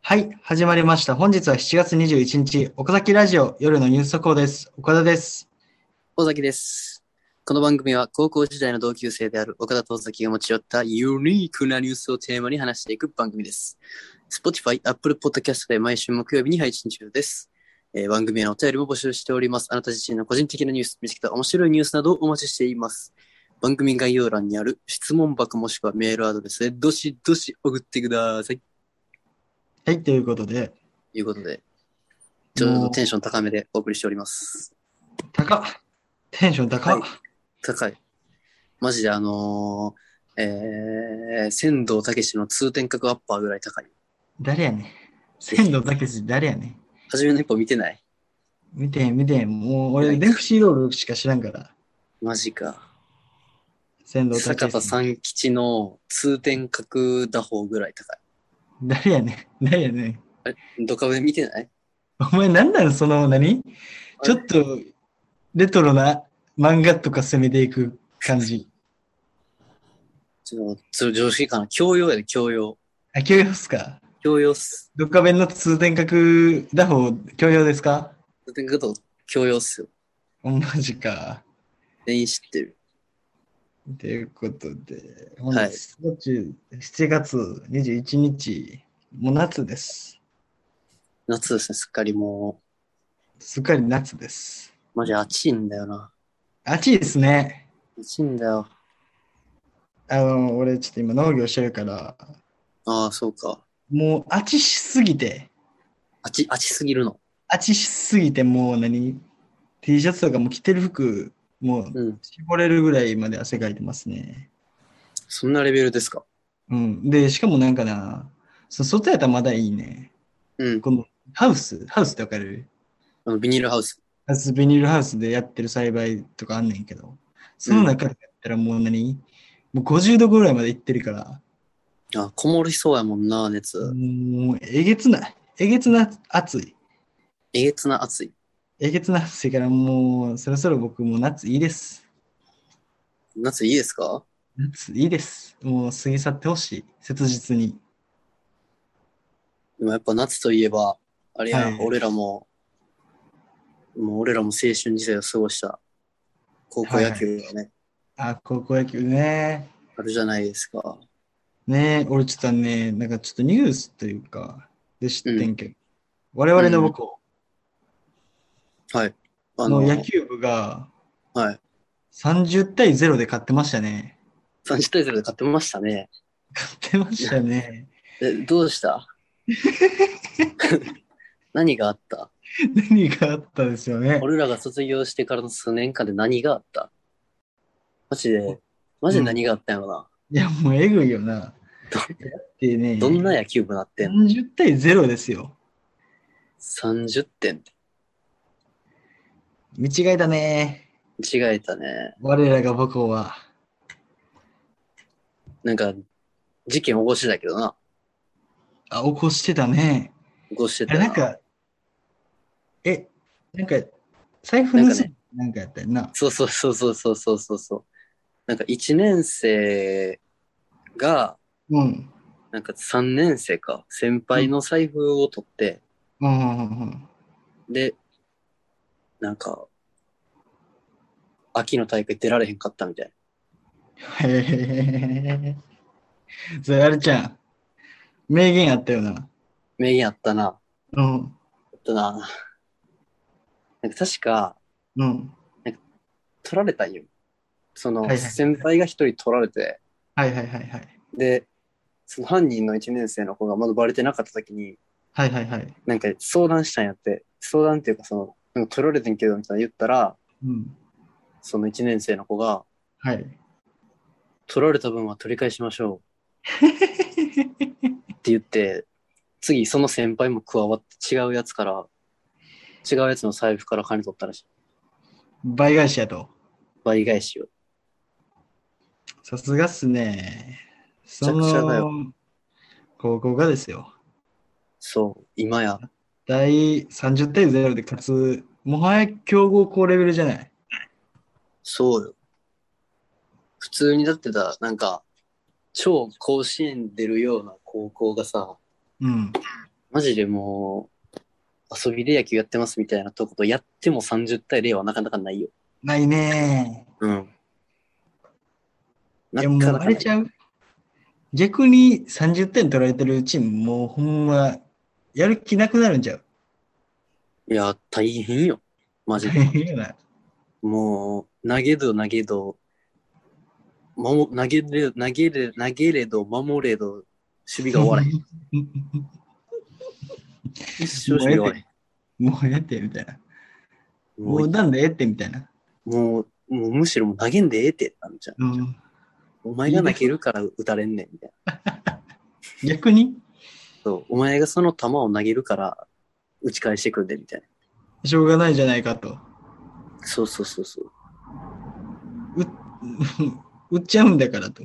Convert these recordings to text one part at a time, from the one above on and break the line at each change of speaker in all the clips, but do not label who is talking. はい、始まりました。本日は7月21日、岡崎ラジオ夜のニュース速報です。岡田です。
尾崎です。この番組は高校時代の同級生である岡田と尾崎が持ち寄ったユニークなニュースをテーマに話していく番組です。Spotify、Apple Podcast で毎週木曜日に配信中です。えー、番組へのお便りも募集しております。あなた自身の個人的なニュース、見つけた面白いニュースなどをお待ちしています。番組概要欄にある質問箱もしくはメールアドレスへどしどし送ってください。
はい、ということで。
ということで、ちょうどテンション高めでお送りしております。
高っテンション高っ、はい、
高い。マジであのー、えー、仙道武の通天閣アッパーぐらい高い。
誰やねん。仙道武誰やねん。
初めの一歩見てない
見てん、見てん。もう俺、デフシーロールしか知らんから。
マジか。
仙道武
坂田三吉の通天閣打法ぐらい高い。
誰やねん誰やねん
あれドカベ見てない
お前何なんその何ちょっとレトロな漫画とか攻めていく感じ。
ちょっと常識かな教養やで、教養。
あ、教養っすか
教養っす。
ドカベの通天閣打法、教養ですか
通天閣と教養っすよ。
マジか。
全員知ってる。
ということで、本日7月21日、はい、もう夏です。
夏ですね、すっかりも
う。すっかり夏です。
マジ暑いんだよな。
暑いですね。
暑いんだよ。
あの、俺ちょっと今農業してるから。
ああ、そうか。
もう暑しすぎて。
暑、暑すぎるの。
暑しすぎて、もう何 ?T シャツとかも着てる服もう絞れるぐらいまで汗かいてますね、
うん。そんなレベルですか。
うん。で、しかもなんかな、そ外やったらまだいいね。
うん。
このハウス、ハウスってわかる
あのビニールハウス。
ハウス、ビニールハウスでやってる栽培とかあんねんけど、その中だったらもう何、うん、もう50度ぐらいまでいってるから。
あ、こもりそうやもんな、熱。
もう、えげつない。えげつな暑い。
えげつな暑い。
えげつな暑いからもうそろそろ僕も夏いいです。
夏いいですか
夏いいです。もう過ぎ去ってほしい。切実に。
でもやっぱ夏といえば、あれや、はい、俺らも、もう俺らも青春時代を過ごした高校野球がね。
はい、あ、高校野球ね。
あるじゃないですか。
ね俺ちょっとね、なんかちょっとニュースというか、で知ってんけど、うん、我々の母校、うん
はい。
あの野球部が、
はい。
30対0で勝ってましたね。
30対0で勝ってましたね。
勝ってましたね。
え、どうした 何があった
何があったですよね。
俺らが卒業してからの数年間で何があったマジで、マジで何があったんやろな、
うん、いや、もうえぐいよな。
だってね。どんな野球部なってん
の ?30 対0ですよ。
30点
見違えたね。
違えたね。
我らが母校は。
なんか、事件起こしてたけどな。
あ、起こしてたね。
起こしてた
な。なんか、え、なんか、財布盗むなんかやったよな。
そうそうそうそうそうそうそう。なんか1年生が、
うん。
なんか3年生か、先輩の財布を取って、
うん、うんうんうん
うん、で、なんか、秋の大会出られへんかったみたい
な。へえ。それあれちゃん、名言あったよな。
名言あったな。
うん。
あったな。なんか確か、
うん。
なんか取られたんよ。その、はいはいはい、先輩が一人取られて。
はいはいはいはい。
で、その犯人の1年生の子がまだバレてなかった時に、
はいはいはい。
なんか相談したんやって、相談っていうかその、なんか取られてんけどみたいな言ったら、
うん、
その1年生の子が、
はい、
取られた分は取り返しましょうって言って次その先輩も加わって違うやつから違うやつの財布から金取ったらしい
倍返しやと
倍返しを
さすがっすね
その
高校がですよ
そう今や
対30対0で勝つ、もはや強豪校レベルじゃない
そうよ。普通にだってた、なんか、超甲子園出るような高校がさ、
うん。
マジでもう、遊びで野球やってますみたいなとこと、やっても30対0はなかなかないよ。
ないね
うん。
ー。
ないか
や、もう
な
あ
かな
れ
い
ちゃう逆に30点取られてるチーム、もうほんま、やる気なくなるんちゃう
いや、大変よ。マジ
大
で。
変やな。
もう、投げど投げど、守投げれ、投げれ、投げれど、守れど、守備が終わらへ ん。一生守備が終わらへ
もうええって、みたいな。
ん。も
もう
う、
なんでええって、みたいな。
もう、もうむしろもう投げんでええってなんじゃん。
うん、
お前が投げるから打たれんねん、みたいな。
逆に
そう、お前がその球を投げるから打ち返してくるで、みたい
しょうがないじゃないかと。
な。そうそうそうそう。
う売っちゃうんだからと。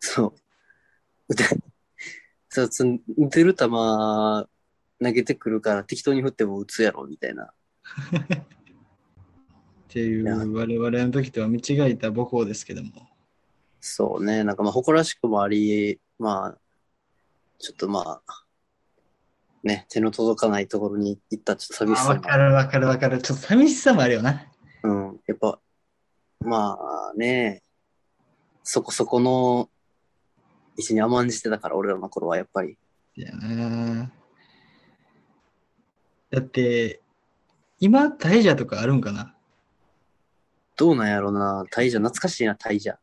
そう。 打て、そう、つん打てる球、投げてくるから適当に振っても打つやろ、みたいな。
ってい
いや
う我々の時とは見違えた母校ですけども。
そうね、なんかまあ誇らしくもあり、まあ、ちょっとまあ、ね、手の届かないところに行ったちょっと寂し
あ
さ
わ
も。
かるわかるわかる。ちょっと寂しさもあるよな。
うん、やっぱ、まあね、そこそこの位置に甘んじてたから、俺らの頃はやっぱり。
いやなだって、今、タイジャとかあるんかな
どうなんやろな、タイジャ、懐かしいな、タイジャ。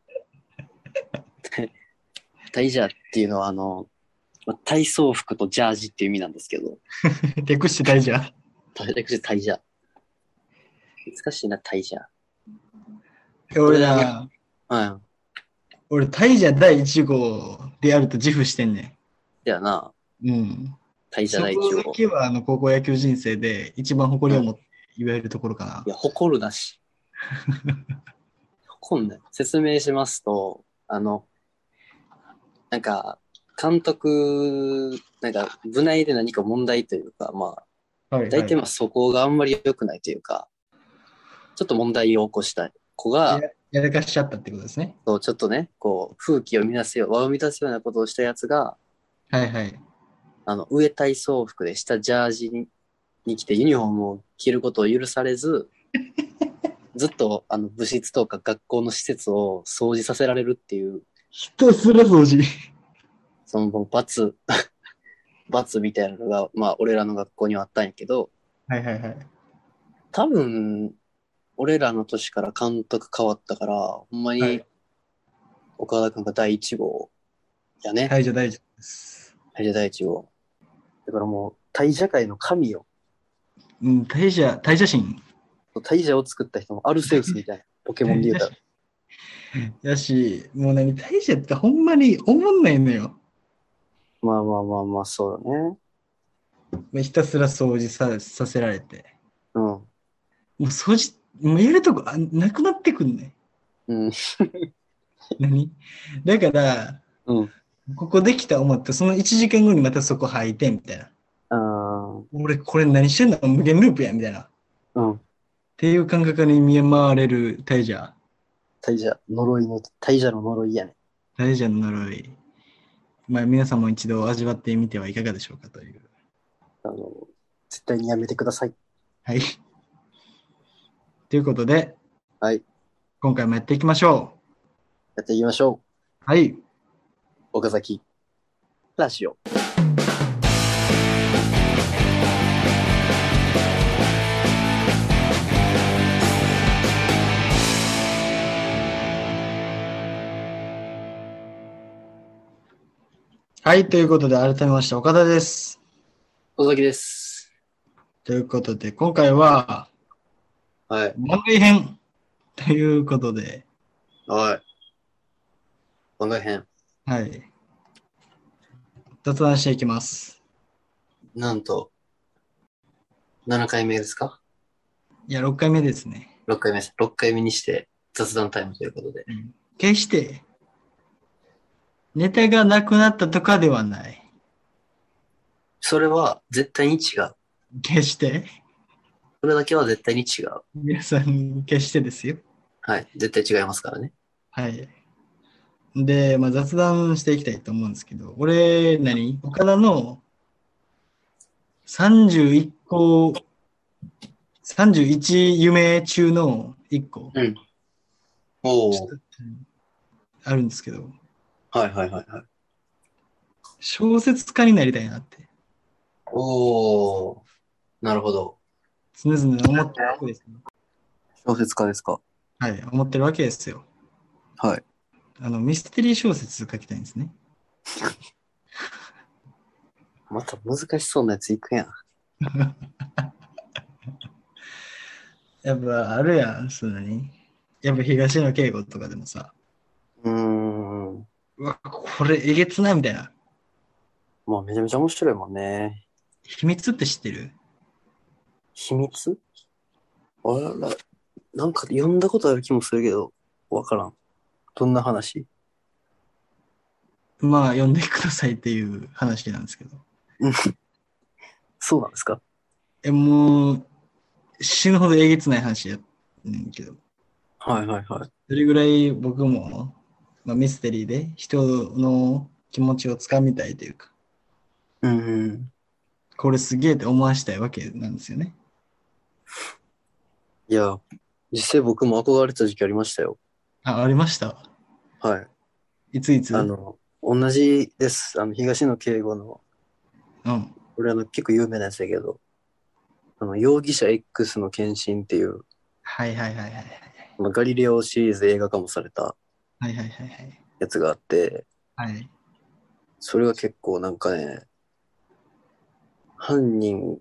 タイジャっていうのは、あの、まあ体操服とジャージっていう意味なんですけど、
略してタイジャ。
略してタイジャ。懐かしいな、タイジャ。
俺な、
うん。
俺タイジャ第1号であると自負してんね
だよな、
ん。うん。
タイジ
そ
ャ第一
こ
号
だ。けはあの高校野球人生で一番誇りを持って言えるところかな。
いや、誇るなし。誇んなよ。説明しますと、あの、なんか、監督、なんか、部内で何か問題というか、まあ、
はい
大体まあそこがあんまり良くないというか、ちょっと問題を起こした子が、
やらかしちゃったってことですね。
そうちょっとね、こう、風紀を乱すよう、輪を乱すようなことをしたやつが、
はいはい。
あの、上体操服で下ジャージにに着てユニフォームを着ることを許さ れず、ずっとあの部室とか学校の施設を掃除させられるっていう、
ひたすら掃除。
そのもう罰、 罰みたいなのが、まあ俺らの学校にはあったんやけど、
はいはいはい。
多分、俺らの年から監督変わったから、ほんま
は
に
い
岡田君が第一号やね。
タイジャ大丈夫です。
はい、じゃあ第一号。だからもう、大社会の神よ。
うん、タイジャ、タイジャ神
大社を作った人もアルセウス みたいな、ポケモンで言うたら。
やし、もう何、タイジャってほんまに思んないのよ。
まあまあまあまあ、そうだね。
ひたすら掃除ささせられて。
うん。
もう掃除、もうやるとこあなくなってくんね。
うん。
何だから、
うん。
ここできた思って、その1時間後にまたそこ履いて、みたいな。
あ
俺、これ何してんの無限ループや、みたいな。っ
ーうん。
ていう感覚に見え回れるタイジャ。
大社、呪いの、大社の呪いやね。
大蛇の呪い。まあ、皆さんも一度味わってみてはいかがでしょうかという。
あの、絶対にやめてください。
はい。ということで、
はい。
今回もやっていきましょ
やっていきましょ
う。はい。
う。岡崎。ラジオ。
はい。ということで、改めまして、岡田です。
岡崎です。
ということで、今回は、
はい。
番外編ということで、
はい。番外編。
はい。雑談していきます。
なんと、7回目ですか
いや、6回目ですね。
?6 回目です。6回目にして雑談タイムということで。
決して、ネタがなくなったとかではない。
それは絶対に違う。
決して、
それだけは絶対に違う。
皆さん、決してですよ。
はい。絶対違いますからね。
はい。で、まあ、雑談していきたいと思うんですけど、俺、何岡田の31個、31夢中の1個
おお。
あるんですけど、
はいはいはいはい。
小説家になりたいなって
おお。なるほど。
常々思ってるわけですよ。
小説家ですか。
はい、思ってるわけですよ。
はい。
あの、ミステリー小説書きたいんですね。
また難しそうなやついくやん。
やっぱあるやん、そんなに。やっぱ東野敬吾とかでもさ、
うーん。
うわ、これえげつないみたいな。
まあめちゃめちゃ面白いもんね。
秘密って知ってる
秘密あらら、なんか読んだことある気もするけど、わからん。どんな話
まあ、読んでくださいっていう話なんですけど。
そうなんですか
え、もう、死ぬほどえげつない話やねんけど。
はいはいはい。
それぐらい僕も、まあ、ミステリーで人の気持ちをつかみたいというか、
うん。
これすげえって思わしたいわけなんですよね。
いや、実際僕も憧れてた時期ありましたよ。
あ、ありました。
はい。
いついつ
あの、同じです。あの、東野敬吾の、
うん。
これあの、結構有名なやつだけど、あの、容疑者 X の献身っていう、
はいはいはいはい。
まあ、ガリレオシリーズ映画化もされた
はいはいはいはい。
やつがあって、
はい。
それが結構なんかね、犯人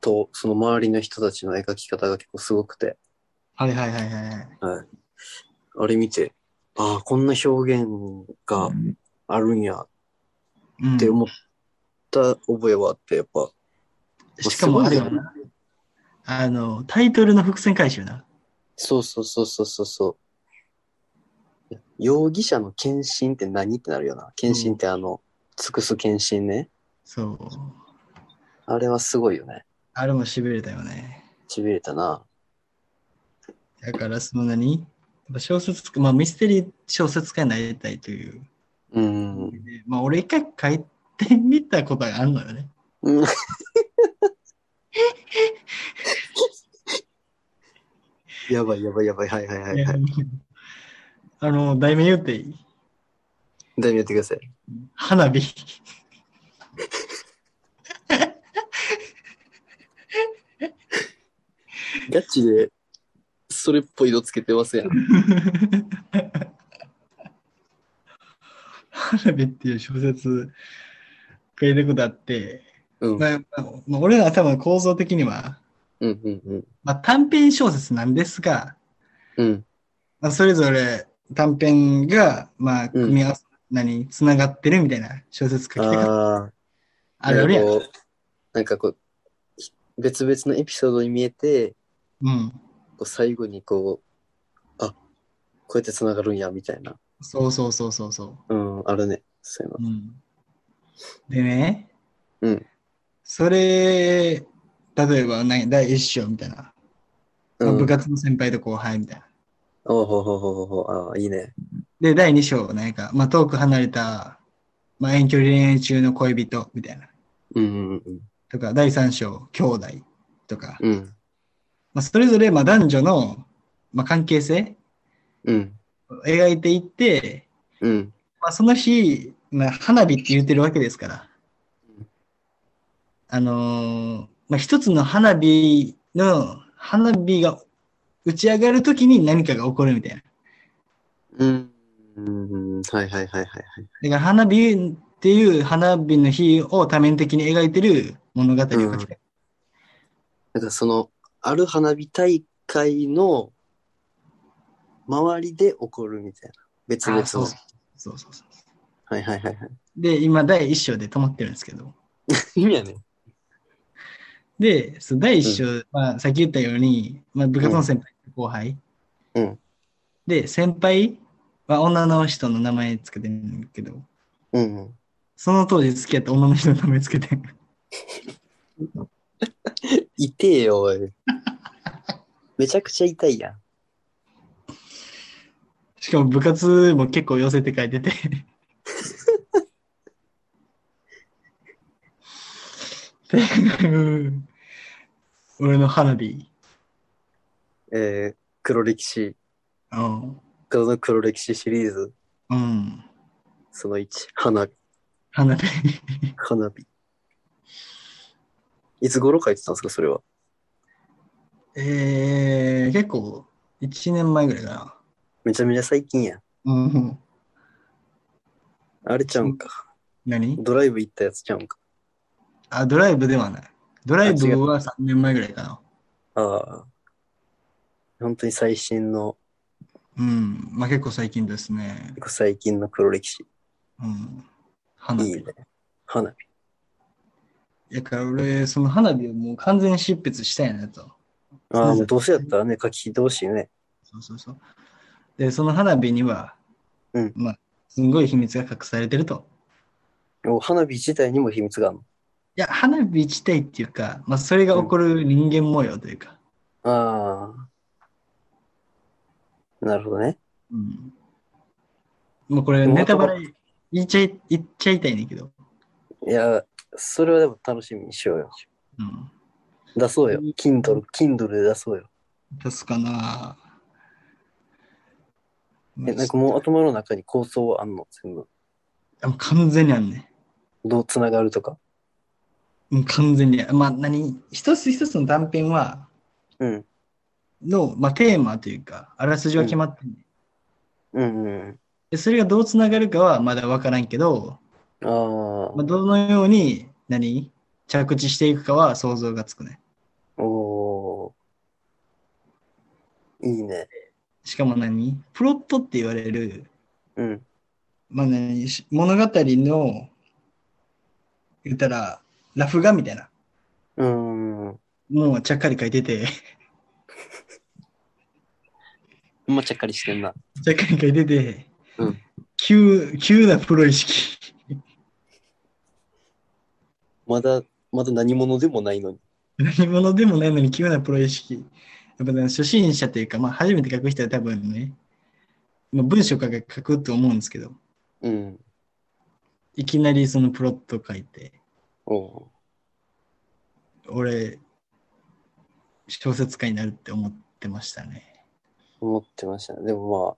とその周りの人たちの描き方が結構すごくて、
はいはいはいはいはい。
あれ見て、ああ、こんな表現があるんやっ
うん
て思った覚えはあって、やっぱ、
しかもあれよ
すごい
な。あの、タイトルの伏線回収な。
そうそうそうそうそうそう。容疑者の献身って何ってなるよな。献身ってあの、尽くす献身ね。
そう。
あれはすごいよね。
あれも痺れたよね。
痺れたな。
だから、そんなに、やっぱ小説家、まあミステリー小説家になりたいという。
うん。
でまあ俺一回書いてみたことがあるのよね。
うん やばいやばいやばい。はいはいはい、はい。
あの、題名言っていい
大名やってください。
花火。
ガチで、それっぽい色つけてますやん。
花火っていう小説書いたことあって、
うん。うん
まあ、まあ俺らは多分構造的には、
うんうん。
まあ、短編小説なんですが、
うん。
まあ、それぞれ短編が、まあ、
うん
組み合わせ、何、つながってるみたいな小説書きたかった。
ああ。
あるあるやん。
こうなんかこう、別々のエピソードに見えて、
うん。
こう最後にこう、あこうやって繋がるんや、みたいな。
そうそうそうそうそ
うん、あるね。そういう
う。うん。でね、
うん
それ、例えば、何第一章みたいな。まあ
の。うん、
部活の先輩と後輩みたいな。
おうほうほうほうほう。ああ、いいね。
で、第2章、なんか、まあ、遠く離れた、まあ、遠距離恋愛中の恋人みたいな。
うんうんうん
とか、第3章、兄弟とか、
うん。うん。
まあ、それぞれ、まあ、男女の、まあ、関係性
うん。
を描いていって、
うん。
まあ、その日、まあ、花火って言ってるわけですから
うん、
あのーまあ、一つの花火の、花火が打ち上がるときに何かが起こるみたいな。
うん。うん。はいはいはいはいはい。
だから花火っていう花火の日を多面的に描いてる物語を書きたい。
なんかその、ある花火大会の周りで起こるみたいな。別々
あそう
の。
そうそうそう。
はいはいはいは
で、今第1章で止まってるんですけど。
い。意味やね。
で、その第1章、まあさっき言ったように、まあ、部活の先輩、後輩。
うん
で、先輩は女の人の名前つけてるんだけど、
うんうん。
その当時付き合った女の人の名前つけてん
痛えよ、おい。めちゃくちゃ痛いやん。
しかも部活も結構寄せて書いて て。うん俺の花火。
えー、黒歴史、
うん。
この黒歴史シリーズ、
うん。
その1、花、
花火。
花火。いつ頃書いてたんですか、それは。
えー、結構、1年前ぐらいか
めちゃめちゃ最近やん。
な。うん。
あれちゃうんか。
何
ドライブ行ったやつちゃうんか。
あ、ドライブではない。ドライブは3年前ぐらいかな。
ああ。本当に最新の、
うん。まあ結構最近ですね
結。構最近の黒歴史。
うん。花
いい
火
ね。。花火。
だから俺、その花火をもう完全執筆したいなと。
ああ、
そう
も
そう
うどうせやったらね、書き通しいね。
そうそうそう。で、その花火には、
うん
まあ、すんごい秘密が隠されてると。
お花火自体にも秘密があるの。
いや、花火自体っていうか、まあ、それが起こる人間模様というか。
ああ。なるほどね。
うん。もうこれ、ネタバレ言っちゃい、言っちゃいたいねんけど。
いや、それはでも楽しみにしようよ。
うん。
出そうよ。Kindle、Kindle で出そうよ。
出すかな
え、なんかもう頭の中に構想はあんの全部。
あもう完全にあんね。
どう繋がるとか。
もう完全にある。まあ、何一つ一つの断片は、
うん。
の、まあ、テーマというか、あらすじは決まってんねん
うんうん
でそれがどうつながるかはまだ分からんけど、
うん。あ
まあ、どのように何着地していくかは想像がつくね。
あ。おー。いいね。
しかも何プロットって言われる、
うん。
まあ、何し物語の言ったらラフ画みたいな
うん。
もうちゃっかり書いてて
ほんまちゃっかりしてんな。
ちゃっかり書いてて、
うん
急急なプロ意識
まだ、まだ何者でもないのに。
何者でもないのに急なプロ意識。やっぱ、ね、初心者というか、まあ、初めて書く人は多分ね、まあ、文章から書くと思うんですけど、
うん。
いきなりそのプロット書いて、
おー
俺、小説家になるって思ってましたね。
思ってました。でもま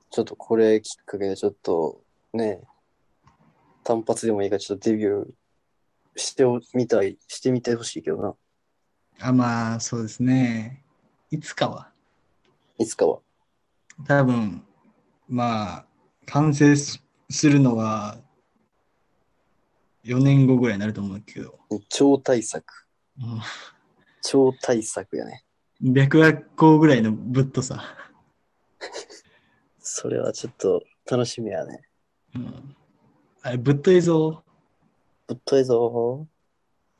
あ、ちょっとこれきっかけでちょっとね、単発でもいいからちょっとデビューしてみたい、してみてほしいけどな。
あ、まあ、そうですね。いつかは。
いつかは。
多分、まあ、完成すするのは、4年後ぐらいになると思うけど、
超大作。
う
超大作やね。
ん、白夜行ぐらいのぶっとさ。
それはちょっと楽しみやね。
うんあれ、ぶっといぞ。
ぶっといぞ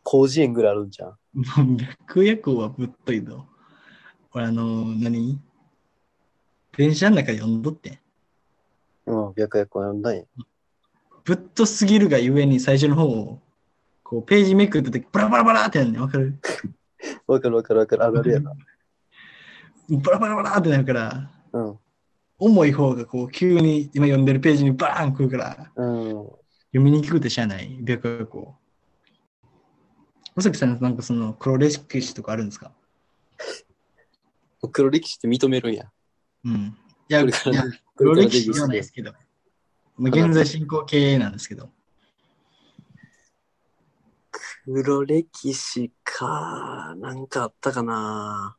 ー。広辞苑ぐらいあるんじゃん。
もう白夜行はぶっといぞ。俺、あの、何電車の中で読んどってん。
うん、白夜行読んだんや。
ぶっとすぎるがゆえに最初の方を、こう、ページめくった時、バラバラバラってやんねんわかる
わかるわかるわかる。あるあるやな。
バラバラバラってなるから、
うん。
重い方がこう、急に今読んでるページにバーン来るから、
うん。
読みにくくてしゃあない、白夜行。尾崎さん、なんかその、黒レシピとかあるんですか
黒歴史って認めるんや。
うん。いや、い
これから
や黒歴史ではないですけど、まあ、現在進行形なんですけど、
黒歴史か。なんかあったかな。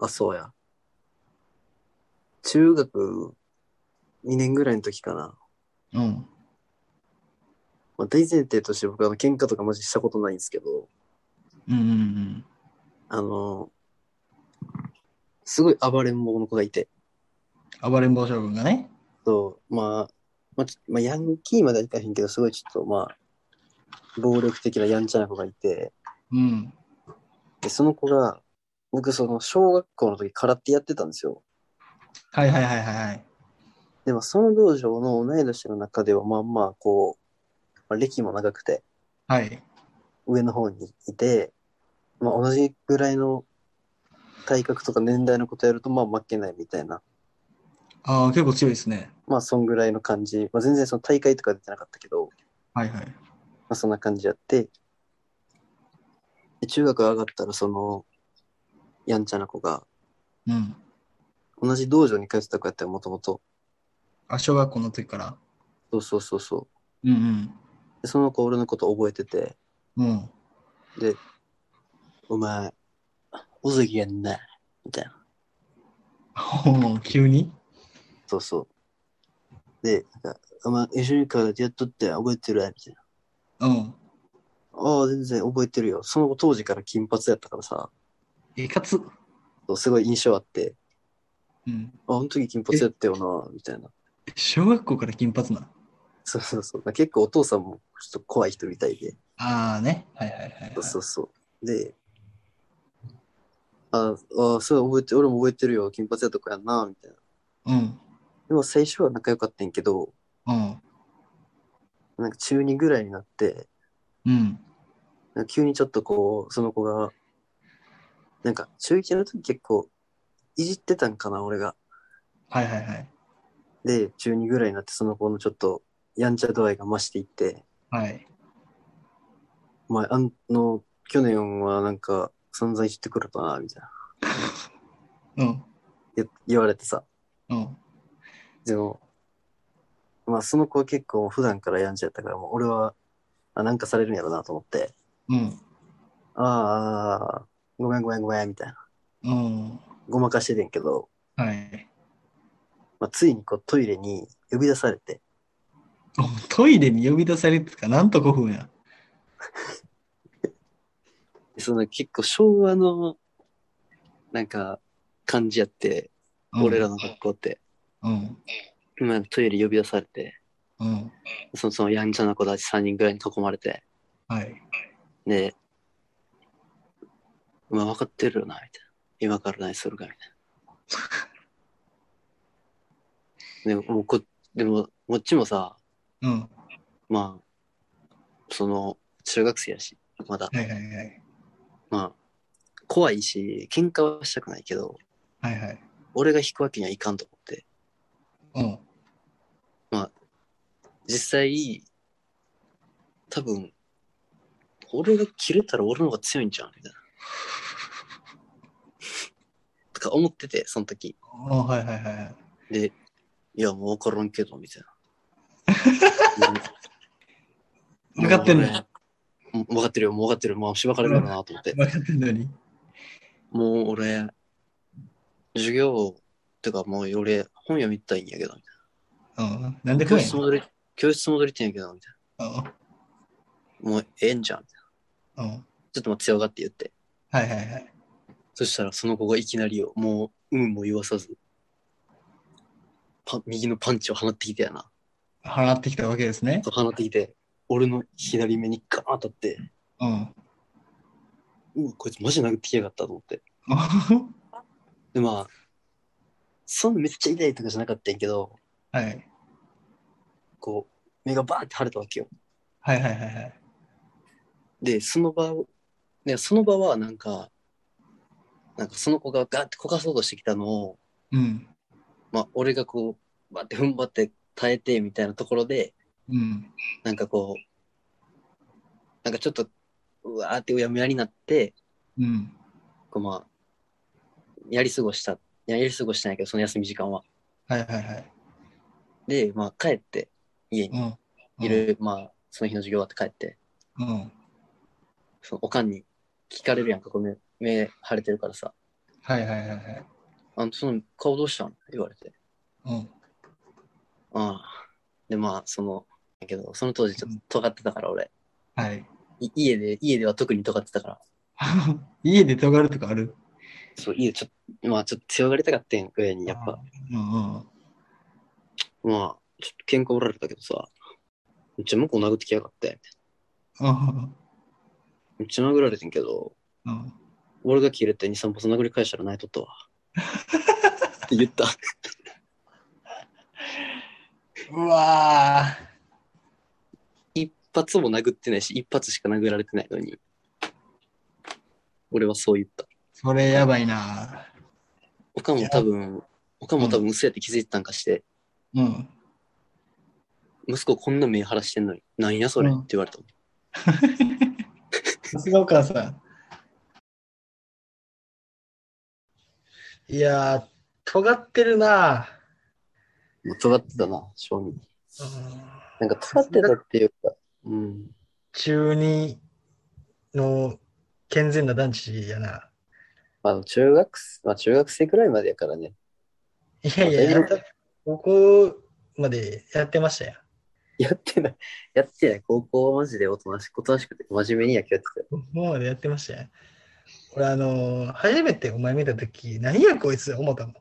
あ、そうや。中学2年ぐらいの時かな。
うん。
まあ、大前提として僕はあの喧嘩とかマジしたことないんですけど、
うんうん
あの、すごい暴れん坊の子がいて、
うん。暴れん坊将軍がね。
と、まあ、まあ、ちまあ、ヤンキーまではいかへんけど、すごいちょっとまあ、暴力的なやんちゃな子がいて、
うん。
で、その子が、僕その小学校の時空手やってたんですよ。
はいはいはいはいはい。
でもその道場の同い年の中ではまあまあこう、まあ、歴も長くて
はい。
上の方にいて、まあ、同じぐらいの体格とか年代のことやるとまあ負けないみたいな
ああ、結構強いですね。
まあそんぐらいの感じ、まあ、全然その大会とか出てなかったけど、
はいはい。
まあ、そんな感じやってで中学上がったら、その、やんちゃな子が、
うん。
同じ道場に通ってた子やったよ、もともと。
あ、小学校の時から。
そうそうそうそ
うん
う。で、その子、俺のこと覚えてて、
うん。うん。
お前、尾関やんな、みたいな。
ほう 急に
そうそう。で、なんか、お前、一緒に通ってやっとって覚えてるみたいな。
うん。
ああ、全然覚えてるよ。その子当時から金髪やったからさ、
えかつ。
そうすごい印象あって、
うん。
あ、あの時金髪やったよな、みたいな。
小学校から金髪な。
そうそうそう。結構お父さんもちょっと怖い人みたいで。
ああね。はいはいはいはい。
そうそうそう。で、ああ、そう覚えて、俺も覚えてるよ。金髪やった子やんな、みたい
う
な。
ん。
でも最初は仲良かったんやけど、
うん。
なんか中2ぐらいになって、
うん。
なんか急にちょっとこう、その子が、なんか中1の時結構、いじってたんかな、俺が。
はいはいはい。
で、中2ぐらいになって、その子のちょっと、やんちゃ度合いが増していって、
はい。
お前、あんの、去年はなんか、散々いじってくれたな、みたいな
うん。
言。言われてさ。
うん。
でも、まあ、その子は結構普段からやんちゃやったから、もう俺は、あ、なんかされるんやろなと思って、
うん。
あああ、ごめんごめんごめん、みたいな。
うん。
ごまかしててんけど、
はい。
まあ、ついにこうトイレに呼び出されて、
トイレに呼び出されてたか、なんと古風や。
でその結構昭和の、なんか、感じやって、
うん
俺らの学校って、
うん。
まあトイレ呼び出されて、
うん。
そのそのやんちゃな子たち3人ぐらいに囲まれて、
はい。
で、まあ分かってるよな、みたいな。今から何するか、み たいな。でも、こでも、こっちもさ、
うん。
まあ、その、中学生やし、まだ、
はいはいはい。
まあ、怖いし、喧嘩はしたくないけど、
はいはい。
俺が引くわけにはいかんと思って、
うん。
実際、多分、俺が切れたら俺の方が強いんじゃんみたいな。 とか思ってて、その時。
おはいはいはいはい。
で、いや、もう分からんけど、みたいな。
分かってんの
もう俺もう分かってるよ、もう分かってる。もうしばかれるやろなと思って。
分かってんのに。
もう俺、授業、てかもう俺、本読みたいんやけど、みた
うん。なんで
いな。教
来い
室戻り、教室戻りてんやけど、みたい
うん。
な。もうええんじゃん。みたいな
うん。
ちょっとまあ強がって言って。
はいはいはい。
そしたらその子がいきなりよ、もう、有無も言わさず、パン右のパンチを放ってきてやな。
払ってきたわけですね。
放ってきて、俺の左目にガーン当たって、
うん。
うわ、こいつマジ殴ってきやがったと思って。
は
で、まあ、そんなめっちゃ痛いとかじゃなかったんやけど、
い。
こう、目がバーンって腫れたわけよ。
はいはいはいはい。
で、その場を、ね、その場はなんか、なんかその子がガーってこかそうとしてきたのを、
うん。
まあ、俺がこう、バーって踏ん張って耐えてみたいなところで、
うん。
なんかこう、なんかちょっと、うわーってうやむやになって、
うん。
こうまあ、やり過ごした、いややり過ごしたんやけど、その休み時間は。
はいはいはい。
で、まあ帰って、家に
うん。
い。る、まあ、その日の授業終わって帰って、
うん。
そのおかんに聞かれるやんか、こう目、目腫れてるからさ、
はいはいはいはい。
あの、その顔どうしたん言われて。
うん。
ああ。で、まあ、その、だけど、その当時ちょっと尖ってたから、俺。
はい。
い家で、家では特に尖ってたから。
家で尖るとかある
そう、家ちょっと、まあ、ちょっと強がりたかったん、上に、やっぱ。。
うんうん。
まあ、ちょっと喧嘩おられたけどさ、めっちゃ向こう殴ってきやがって、
うん。
めっちゃ殴られてんけど、
うん。
俺が切れて2、3発殴り返したら泣いとったわ。って言った。
うわー
一発も殴ってないし、一発しか殴られてないのに。俺はそう言った。
それやばいな。
おかんも多分、おかんも多分薄やって気づいてたんかして、
うん。
息子こんな目晴らしてんのに、なんやそれ、
うん
って言われた。
さすがお母さん。いやー、尖ってるな
もう尖ってたな、正味。
うん
なんか尖ってたっていうか、うん。
中二の健全な団地やな。
まあ、中学生、まあ、中学生くらいまでやからね。
いやいや、やったここまでやってましたよ。
やってない、やってない。高校はマジでおとなしく、おとなしくて、真面目に野球やってたよ。
ここまでやってましたよ。俺、あのー初めてお前見たとき、何やこいつ思ったも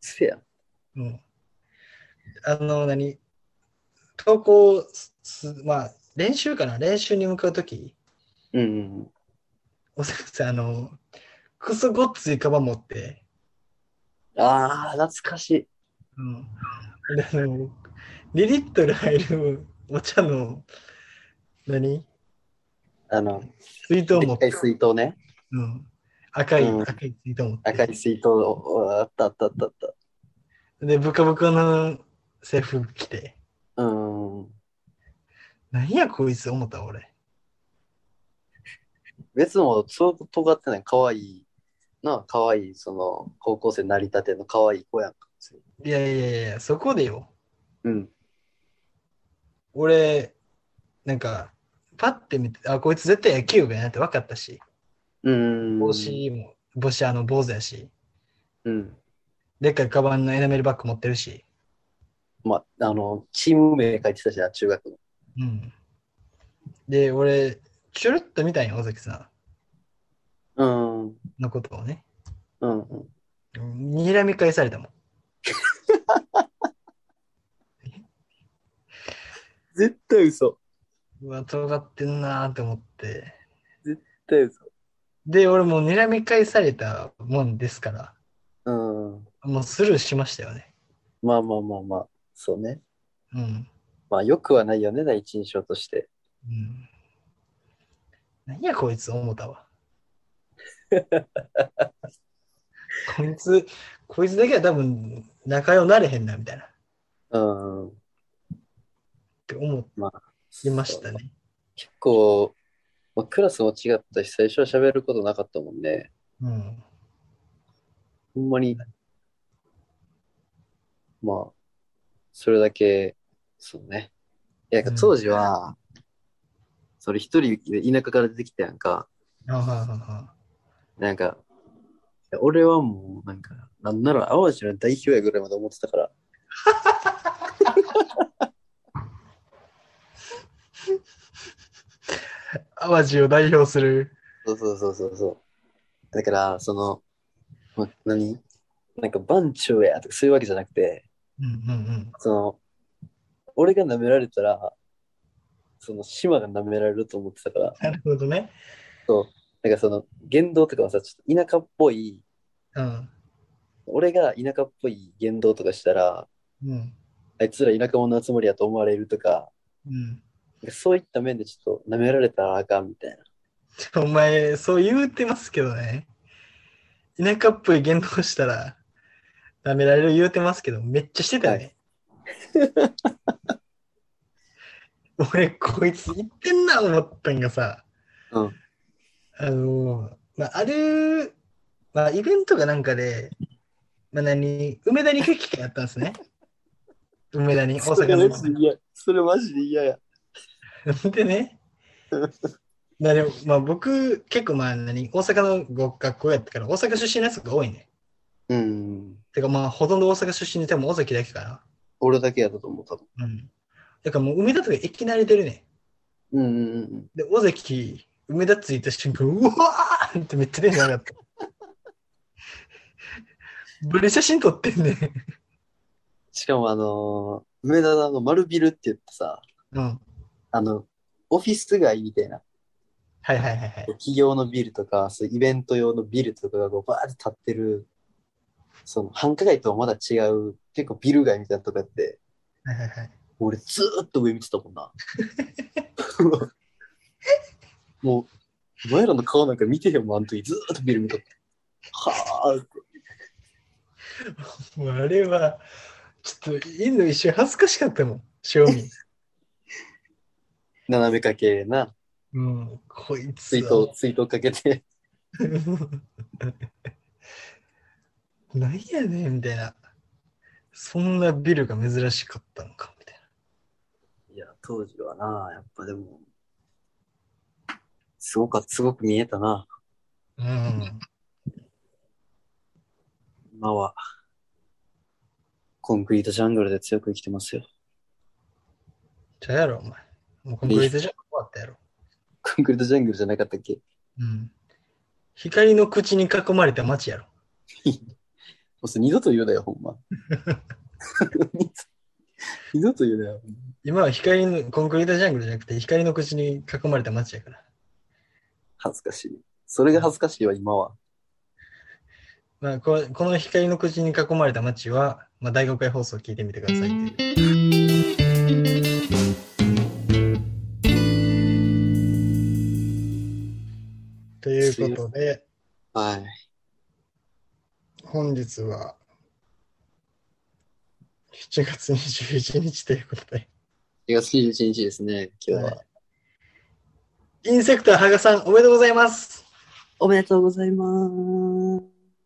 せやん。
ん。うん、あの、何投稿す、すまあ、練習かな練習に向かうとき、
うんうんうん。
おそらくあのクソごっついカバン持って、
ああ、懐かしい。
うん、であの2リットル入るお茶の何
あの、
水筒
で
持
っ
っ
か
て
い、水筒ね。
うん、赤い、
うん
赤い水筒持って
赤い水筒を、あったあったあったあっ
でブカブカの制服着て
た。うん。
何やこいつ思った俺
別も、そう尖ってない。可愛い。なあ、可愛い、その、高校生なりたての可愛い子やんか。
いやいやいやいやそこでよ
うん。
俺なんかパッて見てあこいつ絶対野球部やなって分かったし
うん。
帽子も帽子あの坊主やし
うん。
でっかいカバンのエナメルバッグ持ってるし
まあ、あの、チーム名書いてたしな、中学の。
うん。で、俺、チュルッと見たんよ、尾崎さ
うん。うん
んのことをね。
うん。
うん睨み返されたもん。
絶対嘘。
うわ、尖ってんなーって思って。
絶対嘘。
で、俺もう睨み返されたもんですから、
うん。
もうスルーしましたよね。
まあまあまあまあ、そうね。
うん。
まあ、よくはないよね、第一印象として。
うん。何やこいつ、思ったわ。こいつ、こいつだけは多分仲良なれへんな、みたいな。っ
うん。
て思いましたね。
結構、まあ、クラスも違ったし、最初は喋ることなかったもんね。
うん。
ほんまに、まあ、それだけ、そうね。いや、なんか当時は、それ一人で田舎から出てきたやんか、
あははは
なんか、いや俺はもう、なんか、なんなら淡路の代表やぐらいまで思ってたから、
淡路を代表する。
そうそうそうそうそう。だから、その、ま、何なんか番長やとかそういうわけじゃなくて、
うんうん
その、俺が舐められたら、その島が舐められると思ってたから、
なるほどね。
なんかその言動とかはさ、ちょっと田舎っぽい、
うん。
俺が田舎っぽい言動とかしたら、
うん。
あいつら田舎者の集まりやと思われるとか、
うん。
なんかそういった面でちょっと舐められたらあかんみたいな。
ち ょお前、そう言うてますけどね。田舎っぽい言動したら、舐められる言うてますけど、めっちゃしてたよね。 俺、こいつ言ってんな思ったんがさ、
うん。
あのー、まあ、ある、まあ、イベントがなんかで、まあ、何、梅田に行く機会あったんですね。梅田に、大阪の。
嫌。それマジで嫌や。
でね。まあでも、まあ僕、結構まあ何、大阪のご学校やったから、大阪出身のやつが多いね。
うん。
てかまあ、ほとんど大阪出身で多分大崎だけか
俺だけやったと思う、多分。
な。うん。だからもう梅田とかいきなり出るね。
うんうんうん。
で、大崎、梅田着いた瞬間、うわーってめっちゃ出てなかった。ブレ写真撮ってんね。
しかもあのー梅田のあの丸ビルって言ってさ、
うん。
あの、オフィス街みたいな、
はいはいはいはい。
企業のビルとか、そういうイベント用のビルとかがこうバーって立ってる、その繁華街とはまだ違う、結構ビル街みたいなとこやって、
はいはいはい。
俺ずーっと上見てたもんな。 もう、お前らの顔なんか見てへんもん、あの時ずーっとビル見とった。はあ、
もうあれは、ちょっと、インド一瞬恥ずかしかったもん、正味。
斜めかけな、
うん、こいつ
水
は
筒、水筒かけて。
なんやねんみたいな。そんなビルが珍しかったのか、みたい
いや、当時はな、やっぱでも、すごか、すごく見えたな、
な。うん。
今は。コンクリートジャングルで強く生きてますよ。
ちゃうやろ、お前。もうコンクリートじゃ終わったやろ。
コンクリートジャングルじゃなかったっけ
うん。光の口に囲まれた街やろ。
もうそれ二度と言うなよ、ほんま。 二度と言うなよ。ほんま
今は光の、コンクリートジャングルじゃなくて、光の口に囲まれた街やから。
恥ずかしい。それが恥ずかしいわ、今は。
まあ、ここの光の口に囲まれた街は、まあ、第5回放送を聞いてみてくださいっていう。ということで、
はい。
本日は7月21日ということで、
4月21日ですね、今日は。
はインセクター羽賀さん、おめでとうございます。
おめでとうござい ま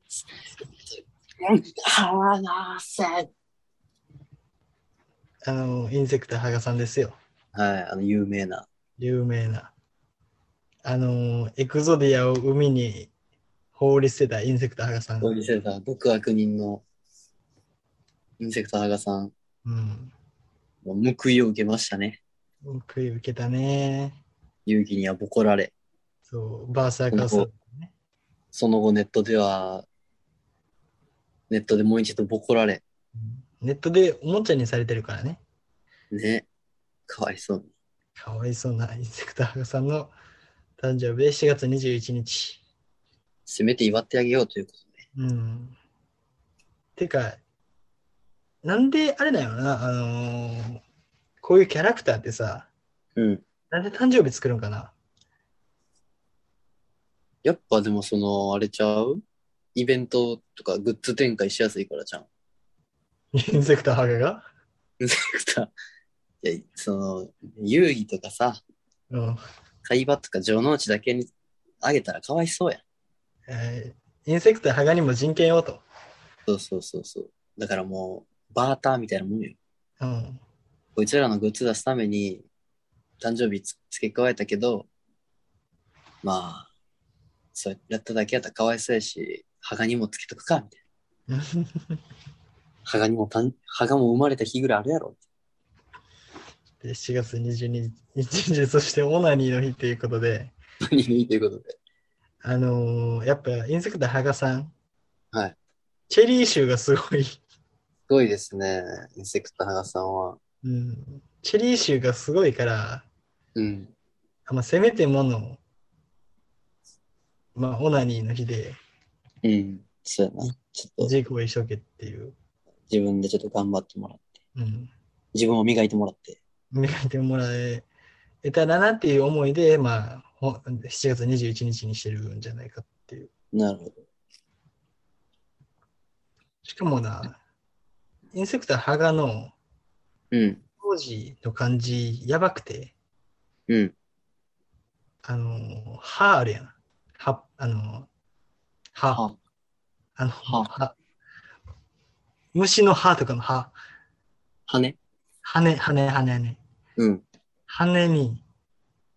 す。話せ。はい、
あの、インセクター羽賀さんですよ。
あの、有名な。
有名な。あの、エクゾディアを海に放り捨てたインセクター羽賀さん。
オリセンター、毒悪人のインセクターハガさん、
うん。
報いを受けましたね。
食い受けたね。
勇気にはボコられ。
そう、バーサーカーさん。
その後ネットでは、ネットでもう一度ボコられ。
ネットでおもちゃにされてるからね。
ね。かわいそうに。
かわいそうなインセクターハガさんの誕生日で7月21日。
せめて祝ってあげようということで。
うん。てか、なんであれだよな、あのーこういうキャラクターってさ、
うん。
なんで誕生日作るんかな
やっぱでもその、あれちゃうイベントとかグッズ展開しやすいからじゃん。
インセクターハガが。
インセクタ ー。いや、その、遊戯とかさ、
うん。
会話とか城之内だけにあげたらかわいそうやん。
えーインセクターハガにも人権をと。
そうそうそうそう。だからもう、バーターみたいなもんよ。
うん。
こいつらのグッズ出すために、誕生日つ付け加えたけど、まあ、そうやっただけやったらかわいそうやし、羽賀にもつけとくか、みたいな。羽賀にもたん、羽賀も生まれた日ぐらいある やろ。
で7月22日、そしてオナニーの日ということで、
何がいいということで。
あのーやっぱインセクターハガさん、
はい。
チェリー臭がすごい。
すごいですね、インセクター羽賀さんは。
うん。チェリー臭がすごいから、
うん。
まあ、せめてもの、まあ、オナニーの日で
うん。そうやな。ちょっと、
自己を一生懸っていう、
自分でちょっと頑張ってもらって、
うん、
自分を磨いてもらって。
磨いてもらえたらなっていう思いで、まあ、ほ7月21日にしてるんじゃないかっていう。
なるほど。
しかもな、インセクター羽賀の
うん。
当時の漢字やばくて、
うん。
あの、歯あるやん。歯、あの、歯、
は、
あの、
歯
歯。虫の歯とかの歯、
羽ね。
羽、羽、羽、羽。
うん。
羽に、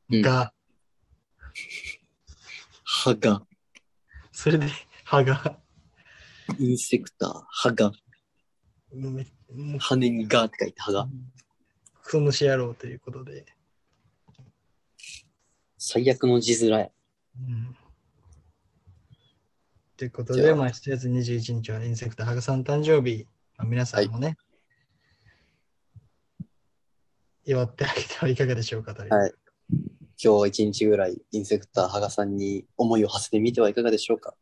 うん
が、
歯が、
それで歯が、
インセクター、歯が、
めもう
羽にがって書いて歯が。
クソ虫野郎ということで、
最悪の字面や。
うん。ということ
じゃ
で、
あ
まあ、7月21日はインセクター、ハグさん誕生日、まあ、皆さんもね、祝ってあげてはいかがでしょうかという。
はい今日一日ぐらい、インセクター、羽賀さんに思いを馳せてみてはいかがでしょうか。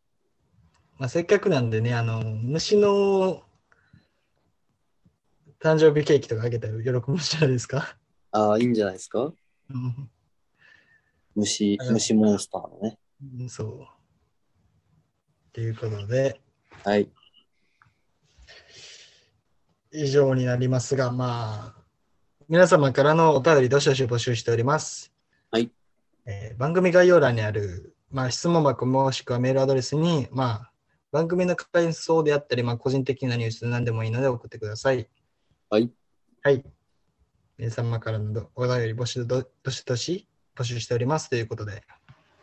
まあ、せっかくなんでね、あの、虫の誕生日ケーキとかあげたら喜ぶんじゃないですか。
ああ、いいんじゃないですか
うん
虫
う、ん
虫モンスターのね。
うんそう。ということで、
はい。
以上になりますが、まあ、皆様からのお便り、どしどし募集しております。
はい。
えー番組概要欄にある、まあ、質問箱もしくはメールアドレスに、まあ、番組の感想であったり、まあ、個人的なニュース何でもいいので送ってください。
はい。
はい。皆様からのどお便り募集どどしどし募集しておりますということで、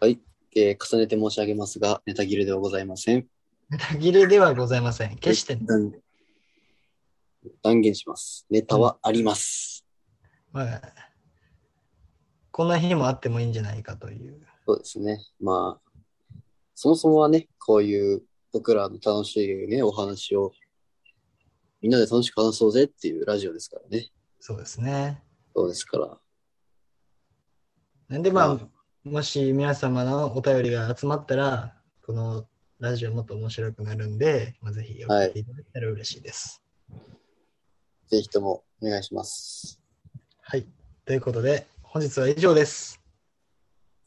えー重ねて申し上げますが、ネタ切れではございません。
ネタ切れではございません。決して、
断断言します。ネタはあります。
まあ、こんな日もあってもいいんじゃないかという。
そうですね。まあ、そもそもはね、こういう僕らの楽しいね、お話を、みんなで楽しく話そうぜっていうラジオですからね。
そうですね。
そうですから。
なんでまあ、
う
もし皆様のお便りが集まったら、このラジオもっと面白くなるんで、まあ、ぜひ送っていただけたら嬉しいです。
ぜひともお願いします。
はい、ということで、本日は以上です。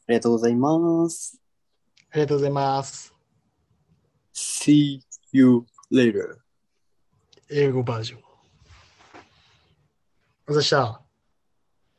ありがとうございます。
ありがとうございます。
See you later.
英語バージョン。お疲れ様でした。